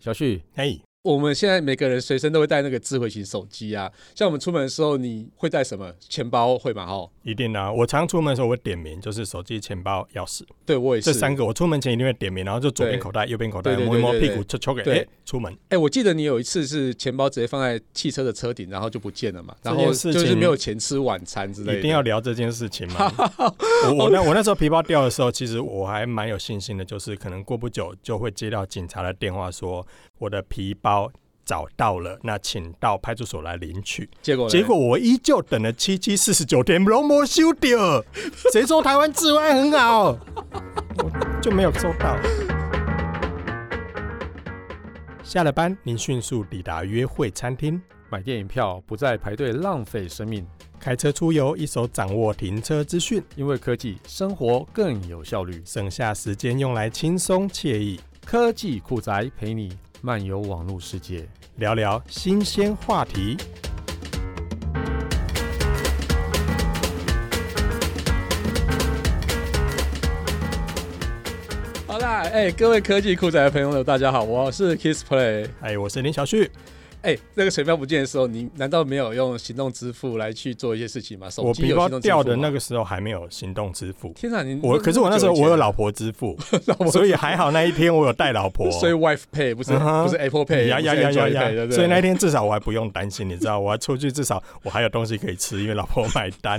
小旭，哎，我们现在每个人随身都会带那个智慧型手机啊，像我们出门的时候，你会带什么？钱包会吗？哦，一定啊！我常出门的时候，我点名就是手机、钱包、钥匙对我也是。这三个，我出门前一定会点名，然后就左边口袋、右边口袋对对对摸一摸对屁对股，就抽给对哎，出门。哎、我记得你有一次是钱包直接放在汽车的车顶，然后就不见了嘛，这然件后事就是情没有钱吃晚餐之类的。一定要聊这件事情嘛。我我那我那时候皮包掉的时候，其实我还蛮有信心的，就是可能过不久就会接到警察的电话说我的皮包找到了，那请到派出所来领取。 结果呢结果我依旧等了七七四十九天，龙没修掉。谁说台湾治安很 好？我就没有收到。下了班，您迅速抵达约会餐厅。买电影票不再排队浪费生命，开车出游，一手掌握停车资讯，因为科技生活更有效率。省下时间用来轻松惬意，科技酷宅陪你漫游网络世界。聊聊新鲜话题。好啦，哎、各位科技酷宅的朋友们，大家好，我是 Kiss Play。哎，我是林小旭，哎、那个钱包不见的时候，你难道没有用行动支付来去做一些事情吗？手我机皮有包行动支付掉的那个，个时候还没有行动支付，天哪，你我可是我那时候我有老婆支付， 老婆，。所以还好那一天我有带老婆 所以 Wife Pay 不是、嗯哼不是 Apple Pay，呀呀不是 Android 呀呀 Pay，对呀！不对 所以那天至少我还不用担心，你知道，我要出去至少我还有东西可以吃，因为老婆买 单，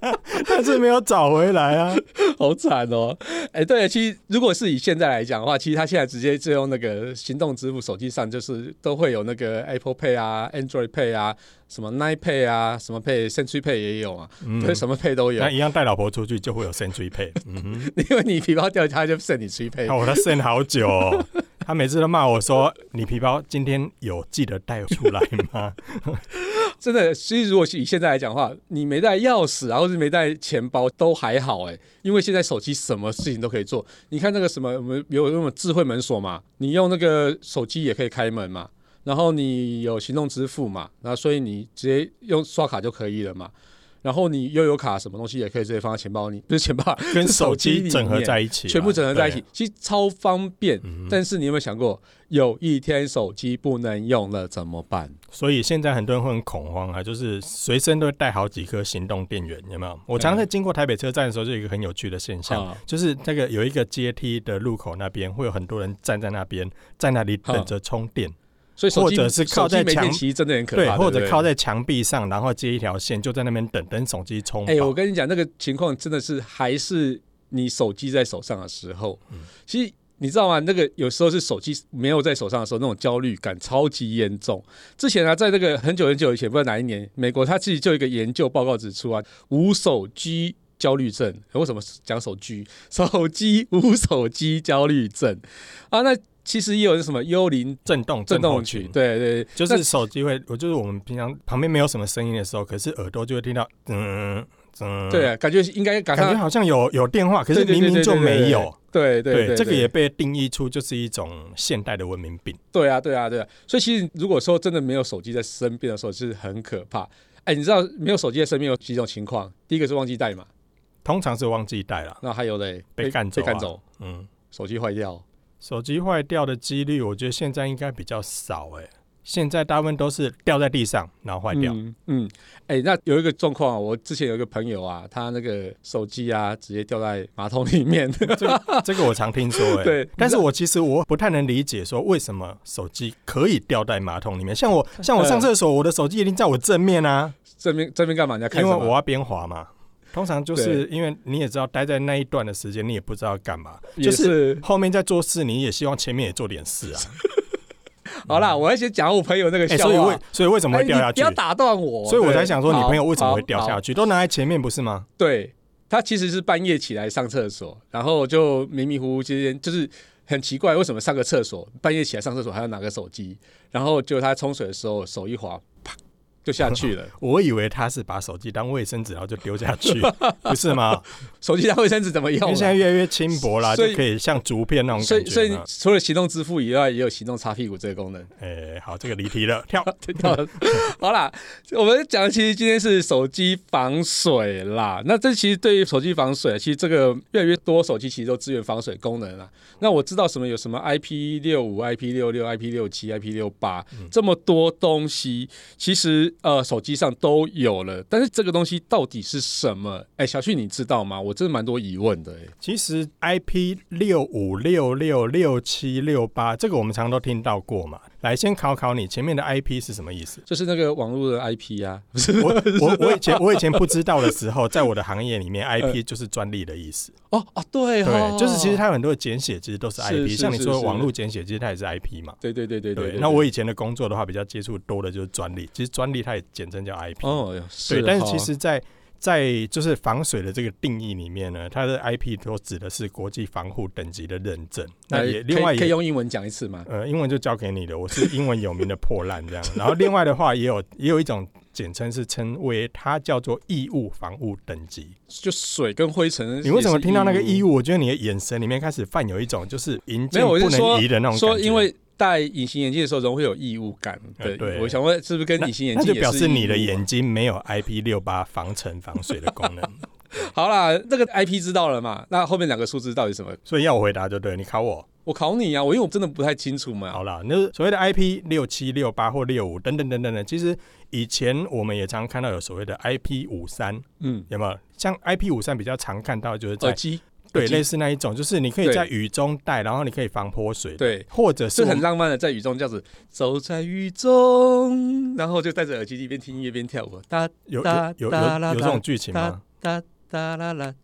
但是没有找回来啊。好惨哦！哎、对，其实如果是以现在来讲的话，其实他现在直接就用那个行动支付，手机上就是都会有那个 Apple Pay 啊、Android Pay 啊、什么 Nine Pay 啊、什么 Pay、Century Pay 也有啊，嗯对，什么 Pay 都有 那。一样带老婆出去就会有 Century Pay，嗯哼。因为你皮包掉，他就剩你 Three Pay。啊看我他剩好久哦、他每次都骂我说：“你皮包今天有记得带出来 吗真的，其实如果是以现在来讲的话，你没带钥匙啊，或是没带钱包都还好哎、因为现在手机什么事情都可以做。你看那个什么，我们有那种智慧门锁嘛，你用那个手机也可以开门嘛，然后你有行动支付嘛，然后所以你直接用刷卡就可以了嘛。然后你悠游卡什么东西也可以直接放在钱包里，不是钱包啊，？”跟是手手机里整合面在一起啊，全部整合在一起对。，其实超方便。嗯哼但是你有没有想过，有一天手机不能用了怎么办？所以现在很多人会很恐慌啊，就是随身都会带好几颗行动电源，有没有？我常常在经过台北车站的时候，就有一个很有趣的现象，啊就是那个有一个阶梯的路口那边会有很多人站在那边，在那里等嗯着充电，所以手机或者是靠在手机没墙电，其实真的很可对，怕，对或不者对靠。在墙壁上，然后接一条线，就在那边等等手机充哎、我饱。跟你讲，那个情况真的是还是你手机在手上的时候，嗯其实。你知道吗？那个有时候是手机没有在手上的时候，那种焦虑感超级严重。之前啊，在那个很久很久以前，不知道哪一年，美国它自己就有一个研究报告指出啊，无手机焦虑症。为什么讲手机？ 手机无手机焦虑症啊？那其实也有什么幽灵震动，震候动群群？对对，对就那是嗯手机会，我就是我们平常旁边没有什么声音的时候，可是耳朵就会听到，嗯嗯，对，啊，感觉应该赶感上觉好像有有电话，可是对明明就没有。。对对对对对对对对，这个也被定义出就是一种现代的文明病。对啊，对啊，对啊。所以其实如果说真的没有手机在身边的时候，是很可怕。哎，你知道没有手机在身边有几种情况？第一个是忘记带嘛，通常是忘记带了，那还有嘞，被干走啊被干走，嗯，手机坏掉。手机坏掉的几率，我觉得现在应该比较少哎、现在大部分都是掉在地上，然后坏掉。嗯嗯，哎、那有一个状况啊，我之前有一个朋友啊，他那个手机啊，直接掉在马桶里面。 这个这个我常听说哎、对但是我其实我不太能理解说为什么手机可以掉在马桶里面。像我像嗯我上厕所，我的手机一定在我正面啊。这边这边干嘛？你要看因什为么？我要边滑嘛。通常就是因为你也知道，待在那一段的时间，你也不知道干嘛，也就是是后面在做事，你也希望前面也做点事啊。好啦，我要先讲我朋友那个 哎、笑所以话。为所以为什么哎会你掉下不去？要打断我。所以我对才想说，你朋友为什么会好掉好下去？都拿在前面不是吗？对，他其实是半夜起来上厕所，然后就迷迷糊糊之间，就是很奇怪，为什么上个厕所半夜起来上厕所还要拿个手机？然后就他冲水的时候手一滑，啪，就下去 了。我以为他是把手机当卫生纸，然后就丢 下去，不是吗？手机当卫生纸怎么因用为现在啊？越来越轻薄啦，所以就可以像竹片那种所感以，所以觉你嘛。除了行动支付以外，也有行动擦屁股这个功能。哎、好，这个离题了，跳。听到了好啦，我们讲的其实今天是手机防水啦。那这其实对于手机防水，啊其实这个越来越多手机其实都支援防水功能啦。那我知道什么有什么 IP 六五、IP 六六、IP 六七、IP 六八嗯这么多东西，其实呃手机上都有了。但是这个东西到底是什么？哎、小旭你知道吗？我真的蛮多疑问的、哎，？其实 IP 六五六六六七六八这个我们常常都听到过嘛。来，先考考你，前面的 IP 是什么意 思就是那个网络的 IP 啊，不是我我我以前我以前不知道的时候，在我的行业里面，IP 就是专利的意思。哦啊，对哦，对，就是其实它有很多的简写其实都是是 IP，是像你是说是网络简写，其实它也是 IP 嘛。对对对对对对，那我以前的工作的话，比较接触多的就是专利，其实专利它也简称叫 IP。哦是对，哦，但是其实在，在就是防水的这个定义里面呢，它的 IP 都指的是国际防护等级的认证。那也呃另外可以可以也用英文讲一次吗？呃，英文就交给你了，我是英文有名的破烂这样。然后另外的话，也有也有一种简称是称为它叫做义务防护等级。就水跟灰尘，你为什么听到那个义务？务？我觉得你的眼神里面开始泛有一种就是银没镜有，我不是说能移的那种感觉。说，因为戴隐形眼镜的时候，人会有异物感。对，呃对我想问，是不是跟那隐形眼那镜就也表是示你的异物啊眼睛没有 IP 六八防尘防水的功能。 好啦，这个 IP 知道了嘛？那后面两个数字到底什么？所以要我回答就对了，你考我。我考你啊，我因为我真的不太清楚嘛。好啦，那所谓的 IP 六七六八或六五等等等等的，其实以前我们也常看到有所谓的 IP 五三，嗯，有没有？像 IP 五三比较常看到就是在、耳机对耳机类似那一种，就是你可以对在雨中戴，然后你可以防泼水，，对。或者是是我很们浪漫的，在雨中这样子走在雨中，然后就戴着耳机一边听一边跳舞，哒有哒有有有哒啦有这哒种剧情哒吗？哒哒啦啦。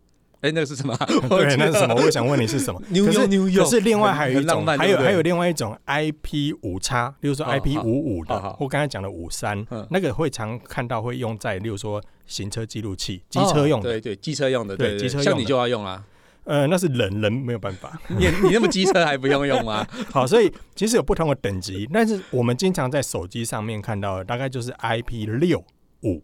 哎，那个 是什么啊？对，那是什么？我想问你是什么？ 牛可是油牛油。可是另外很还有一很浪种，漫还对有不对还有另外一种 IP 五叉，例如说哦 IP 好五五好的好，或刚才讲的五三啊嗯，那个会常看到会用在，例如说行车记录器、机哦车用的。对对，机车用的，对对机车用像的你就要用啦。呃，那是人人没有办法。你你那么机车还不用用 吗？ 好，所以其实有不同的等级，但是我们经常在手机上面看到的，大概就是 IP 六五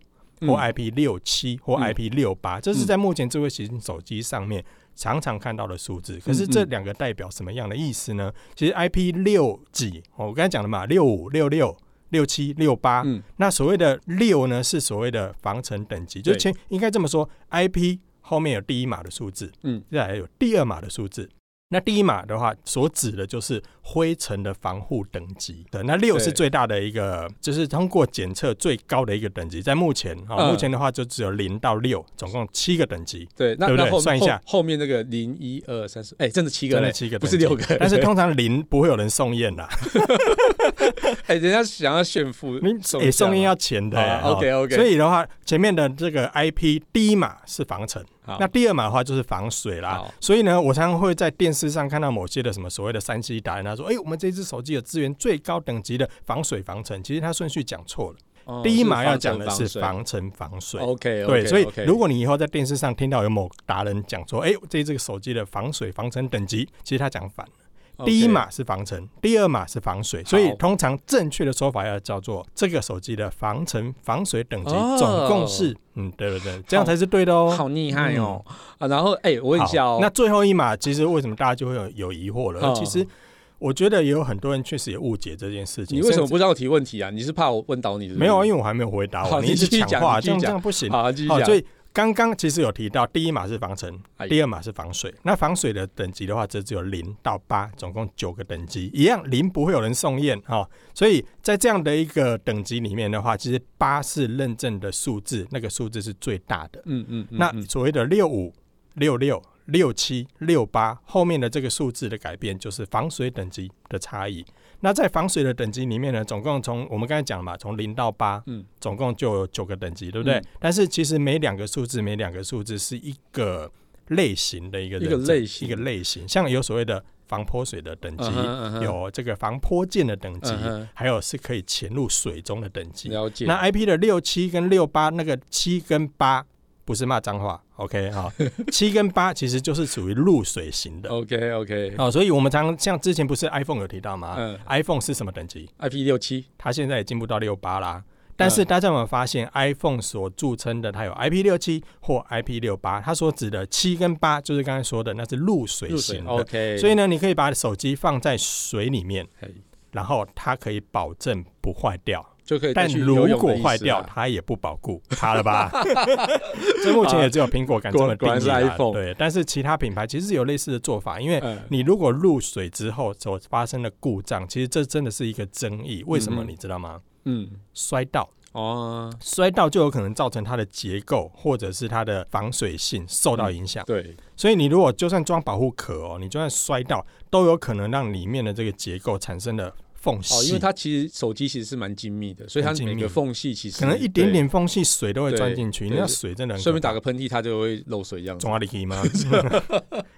或 IP 六七或嗯 IP 六八，这是在目前智慧型手机上面常常看到的数字。嗯可是这两个代表什么样的意思呢？其实 IP 六几，哦我刚才讲的嘛，六五、六六、六七、六八。嗯那所谓的六呢，是所谓的防尘等级，就对前应该这么说，IP 后面有第一码的数字，嗯，再来有第二码的数字。那第一码的话，所指的就是灰尘的防护等级的。那六对是最大的一个，就是通过检测最高的一个等级。在目前啊、哦嗯目前的话就只有零到六，总共七个 等级，对，那对不对那后算一下后后面那个零一二三四，哎，真的七个真嘞的，七个不等级，是六个。但是通常零不会有人送验啦， 哎，人家想要炫富，你送也一下送验嘛要钱的、好啊哦 OK，OK 所以的话，前面的这个 IP 第一码是防尘，好那第二码的话就是防水啦好。所以呢，我常常会在电视上看到某些的什么所谓的三 C 达人，他说：“哎、我们这只手机有资源最高等级的防水防尘。”其实他顺序讲错了，哦第一是码要防讲尘的是水哦防尘防水。 OK，对，所以如果果你以后在电视上听到有某达人讲说：“哎、这这个手机的防水防尘等级”，其实他讲反了。第一码是防尘，第二码是防水，所以好通常正确的说法要叫做这个手机的防尘防水等级哦总共是，嗯，对对对，这样才是对的哦。好厉害哦啊，然后哎，我问一下哦好，那最后一码，其实为什么大家就会有有疑惑了？嗯其实我觉得也有很多人确实也误解这件事情。你为什么甚至不让我提问题啊？你是怕我问倒你是不是？没有啊？因为我还没有回答好完，你一直继续抢话，讲你继续这样这讲样不行。好，继续好，讲。所以刚刚其实有提到，第一码是防尘哎，第二码是防水。那防水的等级的话，这只有零到八，总共九个等级，一样零不会有人送验哈、哦。所以在这样的一个等级里面的话，其实八是认证的数字，那个数字是最大的。嗯嗯，嗯那嗯所谓的六五、六六、六七、六八后面的这个数字的改变，就是防水等级的差异。那在防水的等级里面呢，总共从我们刚才讲了嘛，从零到八，嗯，总共就有九个等级，对不对？嗯但是其实每两个数字，每两个数字是一个类型的一个一个认证类型一个类型，像有所谓的防泼水的等级，嗯哼嗯哼有这个防泼溅的等级，嗯哼还有是可以潜入水中的等级。了解。那 IP 的六七跟六八，那个七跟八不是骂脏话，OK 哈、七跟八其实就是属于露水型的 OK OK，哦，所以我们常像之前不是 iPhone 有提到吗、嗯 i p h o n e 是什么等级？ ，IP 六七它现在也进步到六八嗯啦。但是大家有没有发现，iPhone 所著称的它有 IP 六七或 IP 六八，它所指的七跟八就是刚才说的那是入水入水型的， OK，所以呢，你可以把手机放在水里面嘿，然后它可以保证不坏掉。就可以再但去如游泳果的意思啊坏掉，啦它也不保固，差了 吧？这目前也只有苹果敢这么定果义然是啦 iPhone 对，但是其他品牌其实有类似的做法，因为嗯你如果入水之后所发生的故障，其实这真的是一个争议。为什么嗯你知道吗？嗯摔到。哦，摔到就有可能造成它的结构或者是它的防水性受嗯到影响，对，所以你如果就算装保护壳哦，你就算摔到，都有可能让里面的这个结构产生了缝隙，哦，因为它其实手机其实是蛮精密的，所以它很精密每个缝隙其实可能一点点缝隙水都会钻进去，对那水真的对，很顺便可怕。打个喷嚏它就会漏水这样子中。华力可以 吗？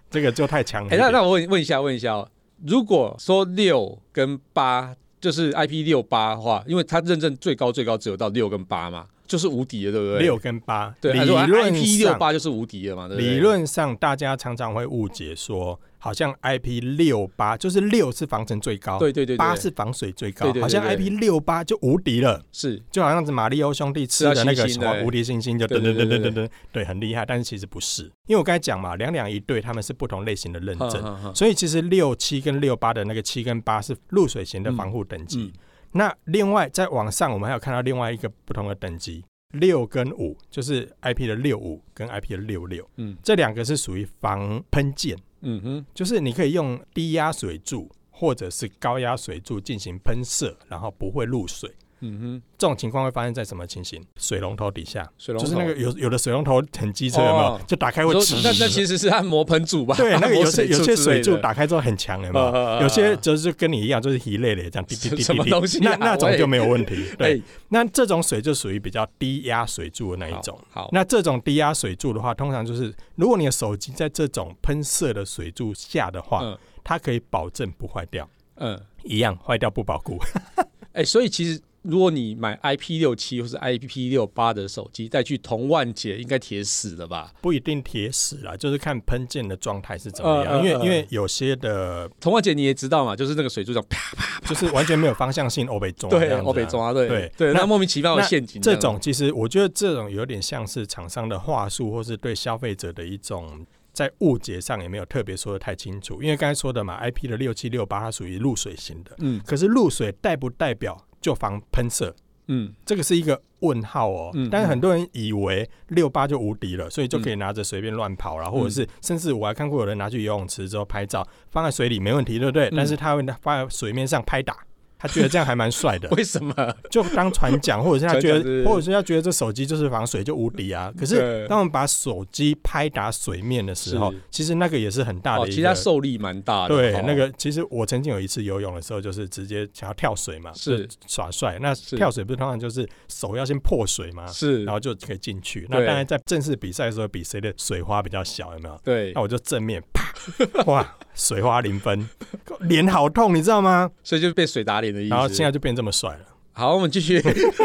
这个就太强了一哎、点。那那我问问一下，问一下哦，如果说六跟八就是 IP 六八的话，因为它认证最高最高只有到六跟八嘛，就是无敌的，对不对？六跟八，对，啊理如果按论 IP 六上八就是无敌的嘛，对不对？理论上大家常常会误解说，好像 IP 六八就是六是防尘最高，对对对对八是防水最高，对对对好像对 IP 六八就无敌了。是就好像是马里奥兄弟吃的那吃到个什星星么的无敌星星，就对噔对噔对噔对噔噔噔，对，很厉害。但是其实不是，因为我刚才讲嘛，两两一对，他们是不同类型的认哼证，哼哼所以其实六七跟六八的那个七跟八是入水型的防护等级。嗯那另外在网上我们还有看到另外一个不同的等级，六跟五就是 IP 的六五跟 IP 的六六，嗯这两个是属于防喷溅，嗯哼，就是你可以用低压水柱或者是高压水柱进行喷射，然后不会入水。嗯哼，这种情况会发生在什么情形？水龙头底下，水龙就头是那个有有的水龙头很机车，有没有哦？就打开会你说吱那那其实是按摩盆组 吧？对，那个有些水有些水柱柱打开之后很强，有没有？有有些就是跟你一样，就是一类的这样滴滴滴啊 滴滴，什么东西啊那那种喂就没有 问题。对哎哎，那这种水就属于比较低压水柱的那一种。好，那这种低压水柱的话，通常就是如果你的手机在这种喷射的水柱下的话，嗯它可以保证不坏掉，嗯，一样坏掉不保固。哎、所以其实如果你买 IP 六七或是 IP 六八的手机，再去同万捷，应该铁死了吧？ 不一定铁死啦，就是看喷溅的状态是怎么样。呃呃因为、呃因为有些的，同万捷你也知道嘛，就是那个水柱这样啪，就是完全没有方向性，欧北中啊对，我被。抓，啊对对对，那那莫名其妙的那陷阱这样种其实我觉得这种有点像是厂商的话术，或是对消费者的一种在误解上也没有特别说的太清楚。因为刚才说的嘛，IP 的六七六八它属于露水型的，嗯可是露水代不代表就防喷射？嗯， 这个是一个问号哦，嗯但是很多人以为六八就无敌了，所以就可以拿着随便乱跑啦，嗯或者是甚至我还看过有人拿去游泳池之后拍照，放在水里没问题，对不对？嗯，但是他会拿放在水面上拍打，他觉得这样还蛮帅的为什么？就当船桨，或者是他觉船桨是得，或者是他觉得这手机就是防水就无敌啊。可对是当我们把手机拍打水面的时候是，其实那个也是很大哦，的其一实个。它受力蛮大的，对哦，那个其实我曾经有一次游泳的时候，就是直接想要跳水嘛，是就耍帅。那是跳水不是通常就是手要先破水吗？是然，后就可以进去。对那当然在正式比赛的时候，比谁的水花比较小，有没有？对那，我就正面啪， 哇，水花零分，脸好痛，你知道吗？所以就被水打脸的意思。然后现在就变这么帅了。好，我们继续。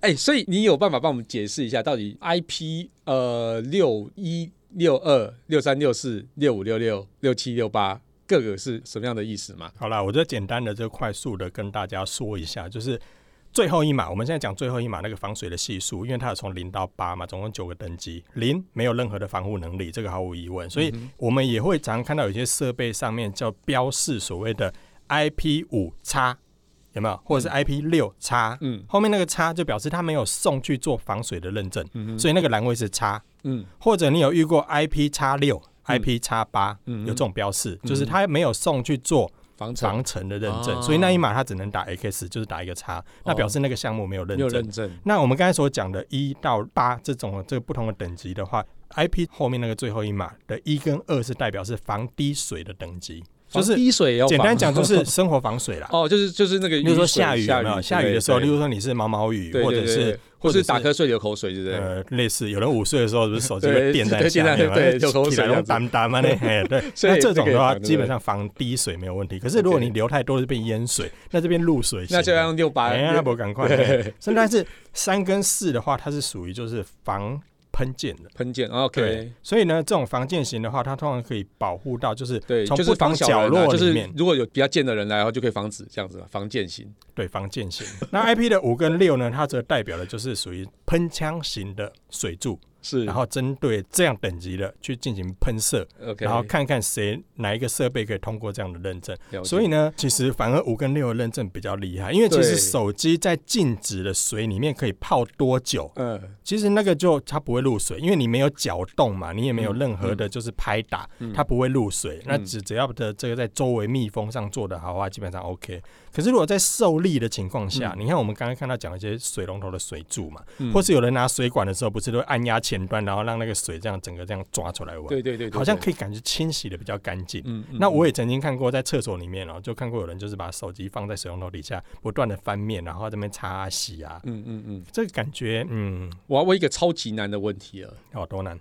哎、所以你有办法帮我们解释一下，到底 IP 呃六一六二六三六四六五六六六七六八各个是什么样的意思吗？好啦，我就简单的、就快速的跟大家说一下，就是最后一码，我们现在讲最后一码那个防水的系数，因为它有从零到八嘛，总共九个等级，零没有任何的防护能力，这个毫无疑问，所嗯以我们也会常看到有些设备上面叫标示所谓的 IP 五叉。有没有，或者是 IP 六叉，嗯嗯，后面那个叉就表示它没有送去做防水的认证，所以那个栏位是叉，嗯，或者你有遇过 IP 叉六、IP 叉八，嗯哼有这种标示，就是它没有送去做防尘长城的认证，哦所以那一码它只能打 X，就是打一个叉，那表示那个项目没有认没有证。认证，那我们刚才所讲的一到八这种这个不同的等级的话，IP 后面那个最后一码的一跟二是代表是防滴水的等级，就防是滴水也要简单防。讲就是生活防水啦 哦，就是就是那个，例比如说下雨有没有？下雨的时候，例对如说你是毛毛雨，对或对者对是或或是者打瞌睡流口水，对不对？呃，类似有人午睡的时候，不是手机对会垫在对下面嘛，对对流口水起来这样用子挡挡 嘛，那嘿，对。所以那这种那的个也防话，对不对基本上防滴水没有问题。可是如果 OK 你流太多，就变淹水，那这边露水哎型的。那就要用六八哎，呀，那不赶快。对嘿所以但是三跟四的话，它是属于就是防喷溅了。喷溅，OK，哦所以呢，这种防溅型的话，它通常可以保护到，就是对，从就是不同防小角人啊落就里是面，如果有比较贱的人来，然后就可以防止这样子嘛，防溅型。对防溅型。那 IP 的五跟六呢，它则代表的就是属于喷枪型的水柱，是然后针对这样等级的去进行喷射， OK，然后看看谁哪一个设备可以通过这样的认证。了解所以呢，其实反而五跟六的认证比较厉害，因为其实对手机在静止的水里面可以泡多久，嗯，其实那个就它不会入水，因为你没有搅动嘛，你也没有嗯任何的就是拍打，嗯它不会入水。那嗯只只要的这个在周围密封上做的好的话，基本上 OK。可是如果在受力的情况下，嗯你看我们刚刚看到讲一些水龙头的水柱嘛，嗯或是有人拿水管的时候，不是都会按压前端，然后让那个水这样整个这样抓出来玩，对对对，好像以。可以感觉清洗的比较干净。嗯，嗯那我也也曾经看过，在厕所里面哦、就看过有人就是把手机放在水龙头底下，不断的翻面，然后在那边擦啊洗啊，嗯嗯嗯，这个感觉，嗯，我要问一个超级难的问题了。哦，多难。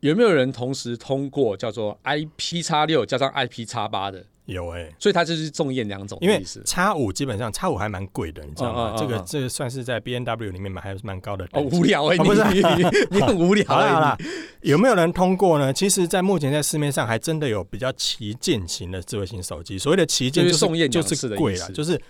有没有人同时通过叫做 IP 叉六加上 IP 叉八的？有哎、所以它就是中验两种因的为意思。叉五基本上叉五还蛮贵的，你知道吗？嗯嗯嗯这个嗯这个算是在 B N W 里面买还是蛮高的哦，等级。无聊哎、哦你不是 你你很无聊、欸。好啦好啦你，有没有人通过呢？其实，在目前在市面上还真的有比较旗舰型的智慧型手机。所谓的旗舰就是是送验就两次是的贵意啦，思就是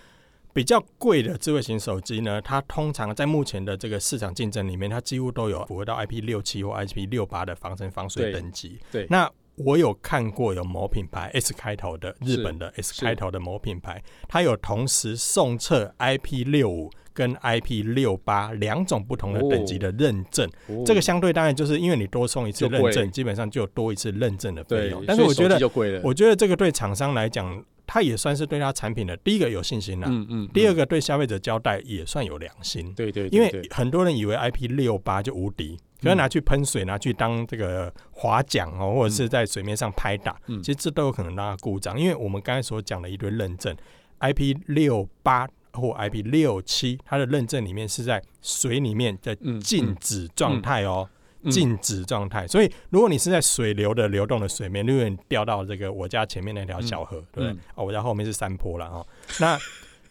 比较贵的智慧型手机呢，它通常在目前的这个市场竞争里面，它几乎都有符合到 IP 六七或 IP 六八的防尘防对水等级。对那我有看过有某品牌 S 开头的日是本的 S 是开头的某品牌，它有同时送测 IP 六五跟 IP 六八两种不同的等级哦的认证。哦这个相对当然就是因为你多送一次就贵认证，基本上就有多一次认证的费对用。，但是我所以手觉机得，就贵了。我觉得这个对厂商来讲，它也算是对它产品的第一个有信心啦、嗯嗯，第二个个对消费者交代也算有良心。对对，对因为对嗯很多人以为 IP 六八就无敌，可是拿去喷水、拿去当这个划桨哦，或者是在水面上拍打，嗯其实这都有可能让它故障。因为我们刚才所讲的一堆认证，IP 六八或 IP 六七，它的认证里面是在水里面的嗯静止状态哦。嗯静止状态，所以如果你是在水流的流动的水面，如果你掉到这个我家前面那条小河，对不对？嗯哦，我家后面是山坡了哦。那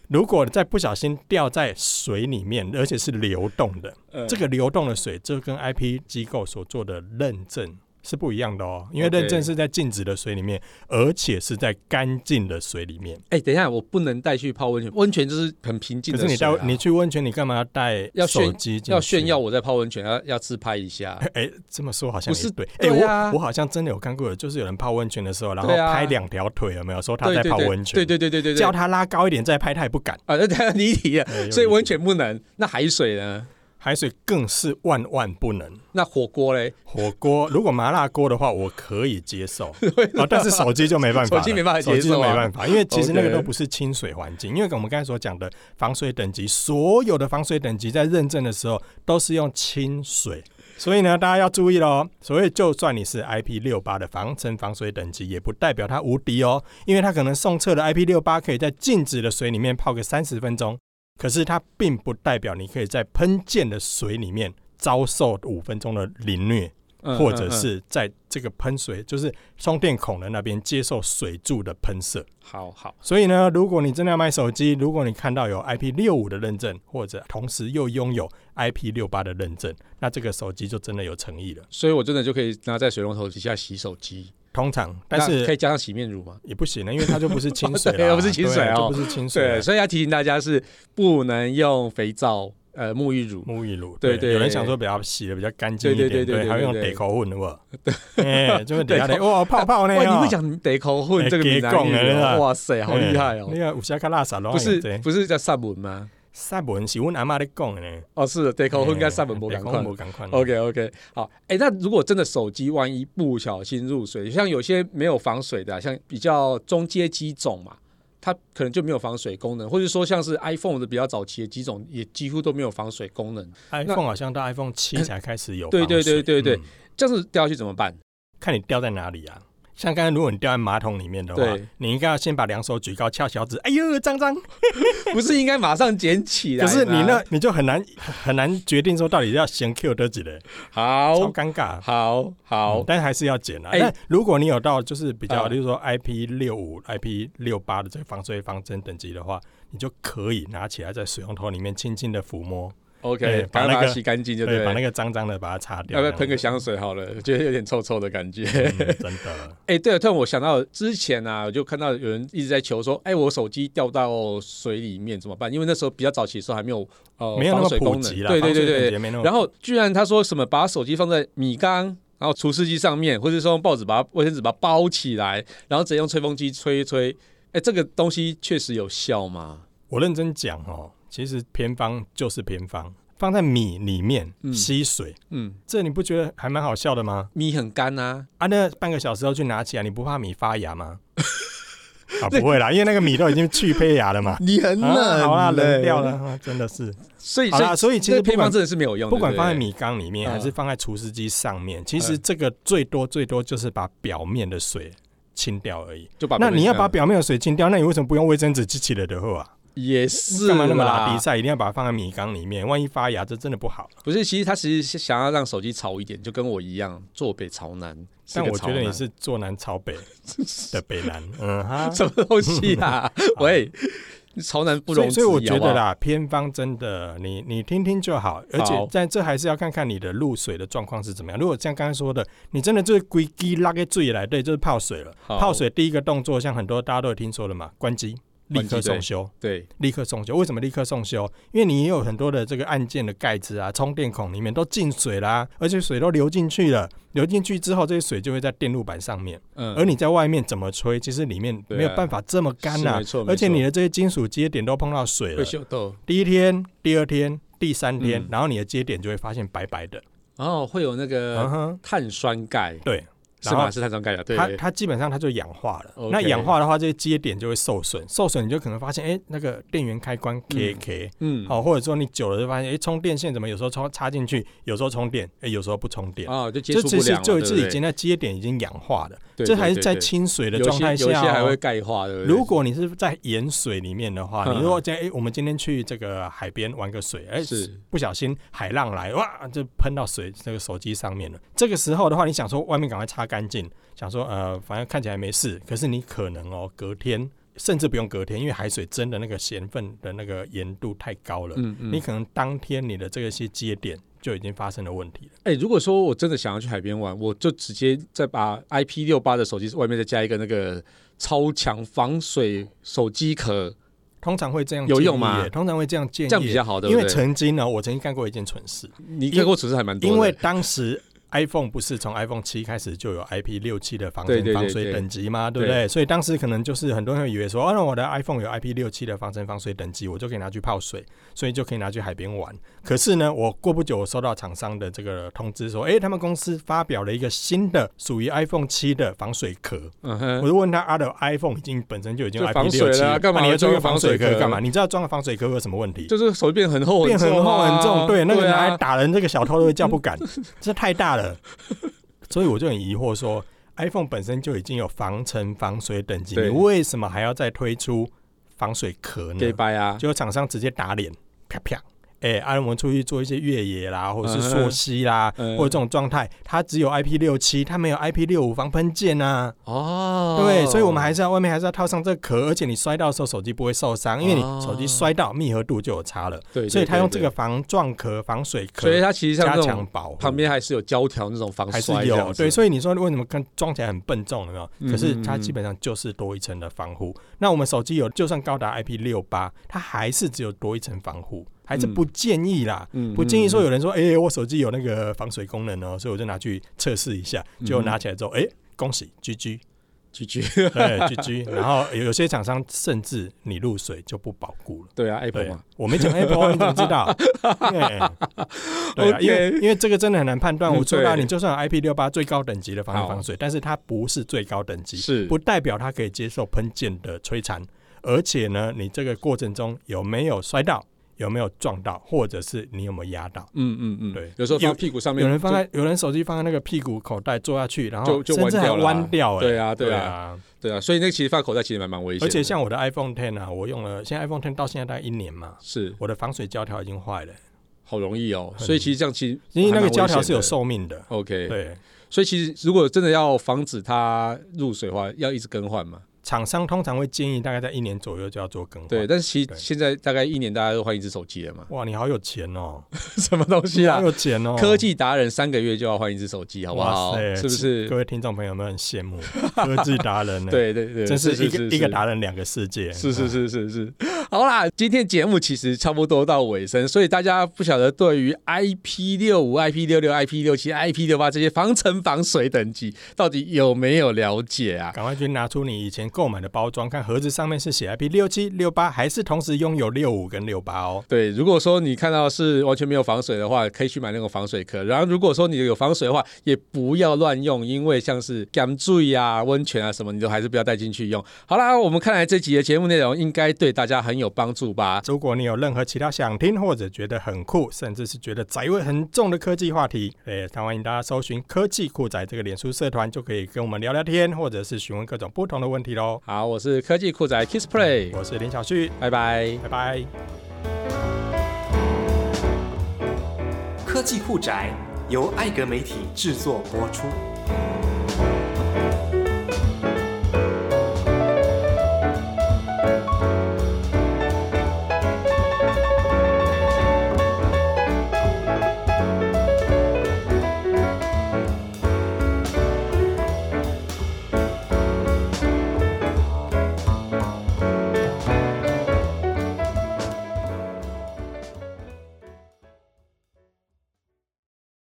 如果再不小心掉在水里面，而且是流动的，呃这个流动的水，这跟 IP 机构所做的认证是不一样的哦，因为 OK 认证是在静止的水里面，而且是在干净的水里面。哎、等一下，我不能带去泡温泉，温泉就是很平静可的是水你啊、带你去温泉，你干嘛要带要炫手机进去要炫耀？我在泡温泉，要要自拍一下。哎、这么说好像不是也对。哎、对啊我我好像真的有看过，就是有人泡温泉的时候，然后对啊拍两条腿，有没有？说 他对在对泡对温泉，对对对对对对，叫他拉高一点再拍，他也不敢。啊，那等一下离题了。哎有所以点温泉不能，那海水呢？海水更是万万不能。那火锅嘞？火锅，如果麻辣锅的话，我可以接受， 哦，但是手机就没办法了，手机没办法接受啊哦手机就没办法，因为其实那个 OK 都不是清水环境，因为我们刚才所讲的防水等级，所有的防水等级在认证的时候都是用清水，所以呢，大家要注意喽。所谓就算你是 IP 六八的防尘防水等级，也不代表它无敌哦，因为它可能送测的 IP 六八可以在静止的水里面泡个三十分钟，可是它并不代表你可以在喷溅的水里面遭受五分钟的凌虐。嗯或者嗯嗯是在这个喷水，就是充电孔的那边接受水柱的喷射。好好，所以呢，如果你真的要买手机，如果你看到有 IP 六五的认证，或者同时又拥有 IP 六八的认证，那这个手机就真的有诚意了。所以我真的就可以拿在水龙头底下洗手机，通常，但那是可以加上洗面乳吗？也不行啊了，因为它就不是清水 对了，它不是清水对啊哦就不是清水对，了。所以要提醒大家是不能用肥皂、呃沐浴乳，沐浴乳，对对有人想说比较洗的比较干净一对点，对对对对还会用对得口混，对 不？哎，就是底下对得哇泡泡那哇，你哦会讲得口混哎这个闽南给语讲的哦、啦哇塞，好厉害哦哎！那个五下卡拉哎萨拢不是这样不是叫萨文吗？萨文是阮阿妈咧讲的呢，哦，是得口混跟萨文不无赶快。无共款。 OK OK，好，哎、那如果真的手机万一不小心入水，像有些没有防水的啊、像比较中阶机种嘛，它可能就没有防水功能，或者说像是 iPhone 的比较早期的机种，也几乎都没有防水功能， iPhone 好像到 iPhone 七才开始有防对水。对对对对嗯这样子掉下去怎么办？看你掉在哪里啊。像刚才，如果你掉在马桶里面的话对，你应该要先把两手举高，翘小指，哎呦，脏脏。不是应该马上捡起来可吗？是你那 你就很难很难决定说到底要先 Q 得几嘞，超 好尴尬。好好嗯，但还是要剪啊。哎但如果你有到就是比较，啊例如说 IP 六五、IP 六八的这个防水防尘等级的话，你就可以拿起来在水龙头里面轻轻的抚摸， OK，对哎把赶快那把它个洗干净就对，把了那。个脏脏的把它擦掉。要不要喷个香水好了？觉得有点臭臭的感觉。这样子？嗯真 的，哎、对了，突然我想到之前啊，我就看到有人一直在求说，哎、我手机掉到水里面怎么办？因为那时候比较早期的时候还没有呃没有那防么水普功能，及啦对对防水对等级对也没那么然后居然他说什么把手机放在米缸。然后除湿机上面，或者说用报纸把它卫生纸把它包起来，然后直接用吹风机吹一吹。哎，这个东西确实有效吗？我认真讲哦，其实偏方就是偏方，放在米里面嗯吸水，嗯，这你不觉得还蛮好笑的吗？米很干啊，。啊，那半个小时后去拿起来，你不怕米发芽吗？啊，不会啦，因为那个米都已经去胚芽了嘛 你很欸啊，好啦，冷掉了，。啊真的是。所以，好所啦，以所以其这实个不配管方真的是没有用的，不管对放在对，米缸里面，嗯还是放在除湿机上面，其实嗯这个最多最多就是把表面的水清掉而已。就把那你要把表表面的水清掉，那你为什么不用卫生纸去起来的后啊？也是干嘛那么拉啦比赛？一定要把它放在米缸里面，万一发芽，这真的不好。不是，其实他其实是想要让手机潮一点，就跟我一样，坐北朝南。但个我觉潮得你男是坐南朝 北的北南，嗯哈。什么东西 啊？喂，朝南 不所容以，置疑所以我觉好得不好，啦，偏方真的，你你听听就好，而且好但这还是要看看你的入水的状况是怎么样。如果像刚才说的，你真的就是归鸡拉个醉来，对，就是泡水了。好泡水第一个动作，像很多大家都有听说的嘛，关机，立关机刻送对修。对，立刻送修。为什么立刻送修？因为你也有很多的这个按键的盖子啊、充电孔里面都进水啦、而且水都流进去了。流进去之后，这些水就会在电路板上面。嗯，而你在外面怎么吹，其实里面对啊没有办法这么干呐、是没错而且没错你的这些金属接点都碰到水会了。秀豆第一天、第二天、第三天，嗯然后你的接点就会发现白白的。哦，会有那嗯个哼，碳酸钙，对。是然吧？后是碳酸钙啊，对，它它基本上它就氧化了。 OK 那氧化的话，这些接点就会受损，受损你就可能发现，哎、那个电源开关 K K，、嗯，好、或者说你久了就发现，哎、充电线怎么有时候充插进去，有时候充电，哎、有时候不充电，哦，就接这触其不实良，就对是不已经在接点已经氧化了，对对这还是对在对清水的有状些态有些下、还哦会。钙化，对不对？如果你是在盐水里面的话，嗯你如果在哎、我们今天去这个海边玩个水，哎、是不小心海浪来，哇，就喷到水这个手机上面了。这个时候的话，你想说外面赶快擦干净，想说呃，反正看起来没事，可是你可能哦，隔天甚至不用隔天，因为海水真的那个咸分的那个盐度太高了，嗯嗯你，可能当天你的这个些接点就已经发生了问题了。哎、如果说我真的想要去海边玩，我就直接再把 IP 六八的手机外面再加一个那个超强防水手机壳，通常会这样有建议用吗耶通常会这样建议，这样比较好，对因不为对？曾经呢，我曾经干过一件蠢事，你看过损失还蛮多的，因为当时 iPhone 不是从 iPhone 七开始就有 IP 六七的防对尘对对防水等级吗？对不对？所以当时可能就是很多人会以为说，哦，那我的 iPhone 有 IP 六七的防尘防水等级，我就可以拿去泡水，所以就可以拿去海边玩。可是呢，我过不久我收到厂商的这个通知说，哎，他们公司发表了一个新的属于 iPhone 七的防水壳。嗯我哼，就问他，啊，的 iPhone 已经本身就已经就 IP 防水六七了啊干嘛你还装个装个防水防壳水壳干嘛？你知道装个防水壳有什么问题？就是手机变很厚、变很重厚啊很重，对，那个拿来啊，打人，这个小偷都会叫不敢， 这太大了。所以我就很疑惑说，iPhone 本身就已经有防尘防水等级，你对为什么还要再推出防水壳呢给？白啊，结果厂商直接打脸，啪啪。哎、啊，我们出去做一些越野啦，或者是溯溪啦，嗯嗯或者这种状态，它只有 IP 六七，它没有 IP 六五防喷溅啊。哦，对，所以我们还是要外面还是要套上这个壳，而且你摔到的时候手机不会受伤，因为你哦手机摔到密合度就有差了，对，对所以它用这，个对防撞壳、防水对所以壳它其实像加这强种保护，旁边还是有胶条那种防还是摔这样有子，对，所以你说为什么看装起来很笨重，有没有？嗯可是它基本上就是多一层的防护。那我们手机有，就算高达 IP 六八，它还是只有多一层防护，还是不建议啦。嗯不建议说有人说，哎、我手机有那个防水功能哦，所以我就拿去测试一下，嗯结果拿起来之后，哎、恭喜 GG。拒绝，对，GG。然后有有些厂商甚至你入水就不保固了。对啊，Apple 对嘛，，我没 讲 Apple，你怎么知道？对对啊，因为 OK 因为这个真的很难判断。嗯我说到对你就算有 IP 六八最高等级的防好尘防水，但是它不是最高等级，是不代表它可以接受喷溅的摧残。而且呢，你这个过程中有没有摔到，有没有撞到，或者是你有没有压到？嗯嗯嗯，对有时候放有屁股上面，有人放在有人手机放在那个屁股口袋坐下去，然就后就甚弯至还掉了啊弯掉、欸，对啊对啊啊对啊，所以那个其实放口袋其实蛮蛮危险的，而且像我的 iPhone Ten 啊，我用了，现在 iPhone Ten 到现在大概一年嘛，是我的防水胶条已经坏了，好容易哦，很所以其实这样其实因为那还蛮危个险胶的条是有寿命的。 OK，对，所以其实如果真的要防止它入水的话，要一直更换嘛。厂商通常会建议大概在一年左右就要做更换。对，，但是其实对现在大概一年大家都换一只手机了 嘛，哇，你好有钱哦，什么东西你啊好？有钱哦，科技达人三个月就要换一只手机，好不好？是不各是？位听众朋友们很羡慕科技达人 呢？，对对对，真是是一个一个达。达人两个世界。嗯是是是是是， 好啦，今天节目其实差不多到尾声，所以大家不晓得对于 IP 六五、IP 六六、IP 六七、IP 六八这些防尘、防水等级到底有没有了解啊？赶快去拿出你以前购买的包装，看盒子上面是写 IP 六七六八，还是同时拥有六五跟六八哦。对，如果说你看到是完全没有防水的话，可以去买那种防水壳。然后，如果说你有防水的话，也不要乱用，因为像是干醉啊、温泉啊什么，你都还是不要带进去用。好啦，我们看来这集的节目内容应该对大家很有帮助吧？如果你有任何其他想听或者觉得很酷，甚至是觉得宅味很重的科技话题，诶，那欢迎大家搜寻“科技酷宅”这个脸书社团，就可以跟我们聊聊天，或者是询问各种不同的问题喽。好，我是科技酷仔 Kiss Play，我是林小旭，拜拜。拜拜。科技酷宅由艾格媒体制作播出。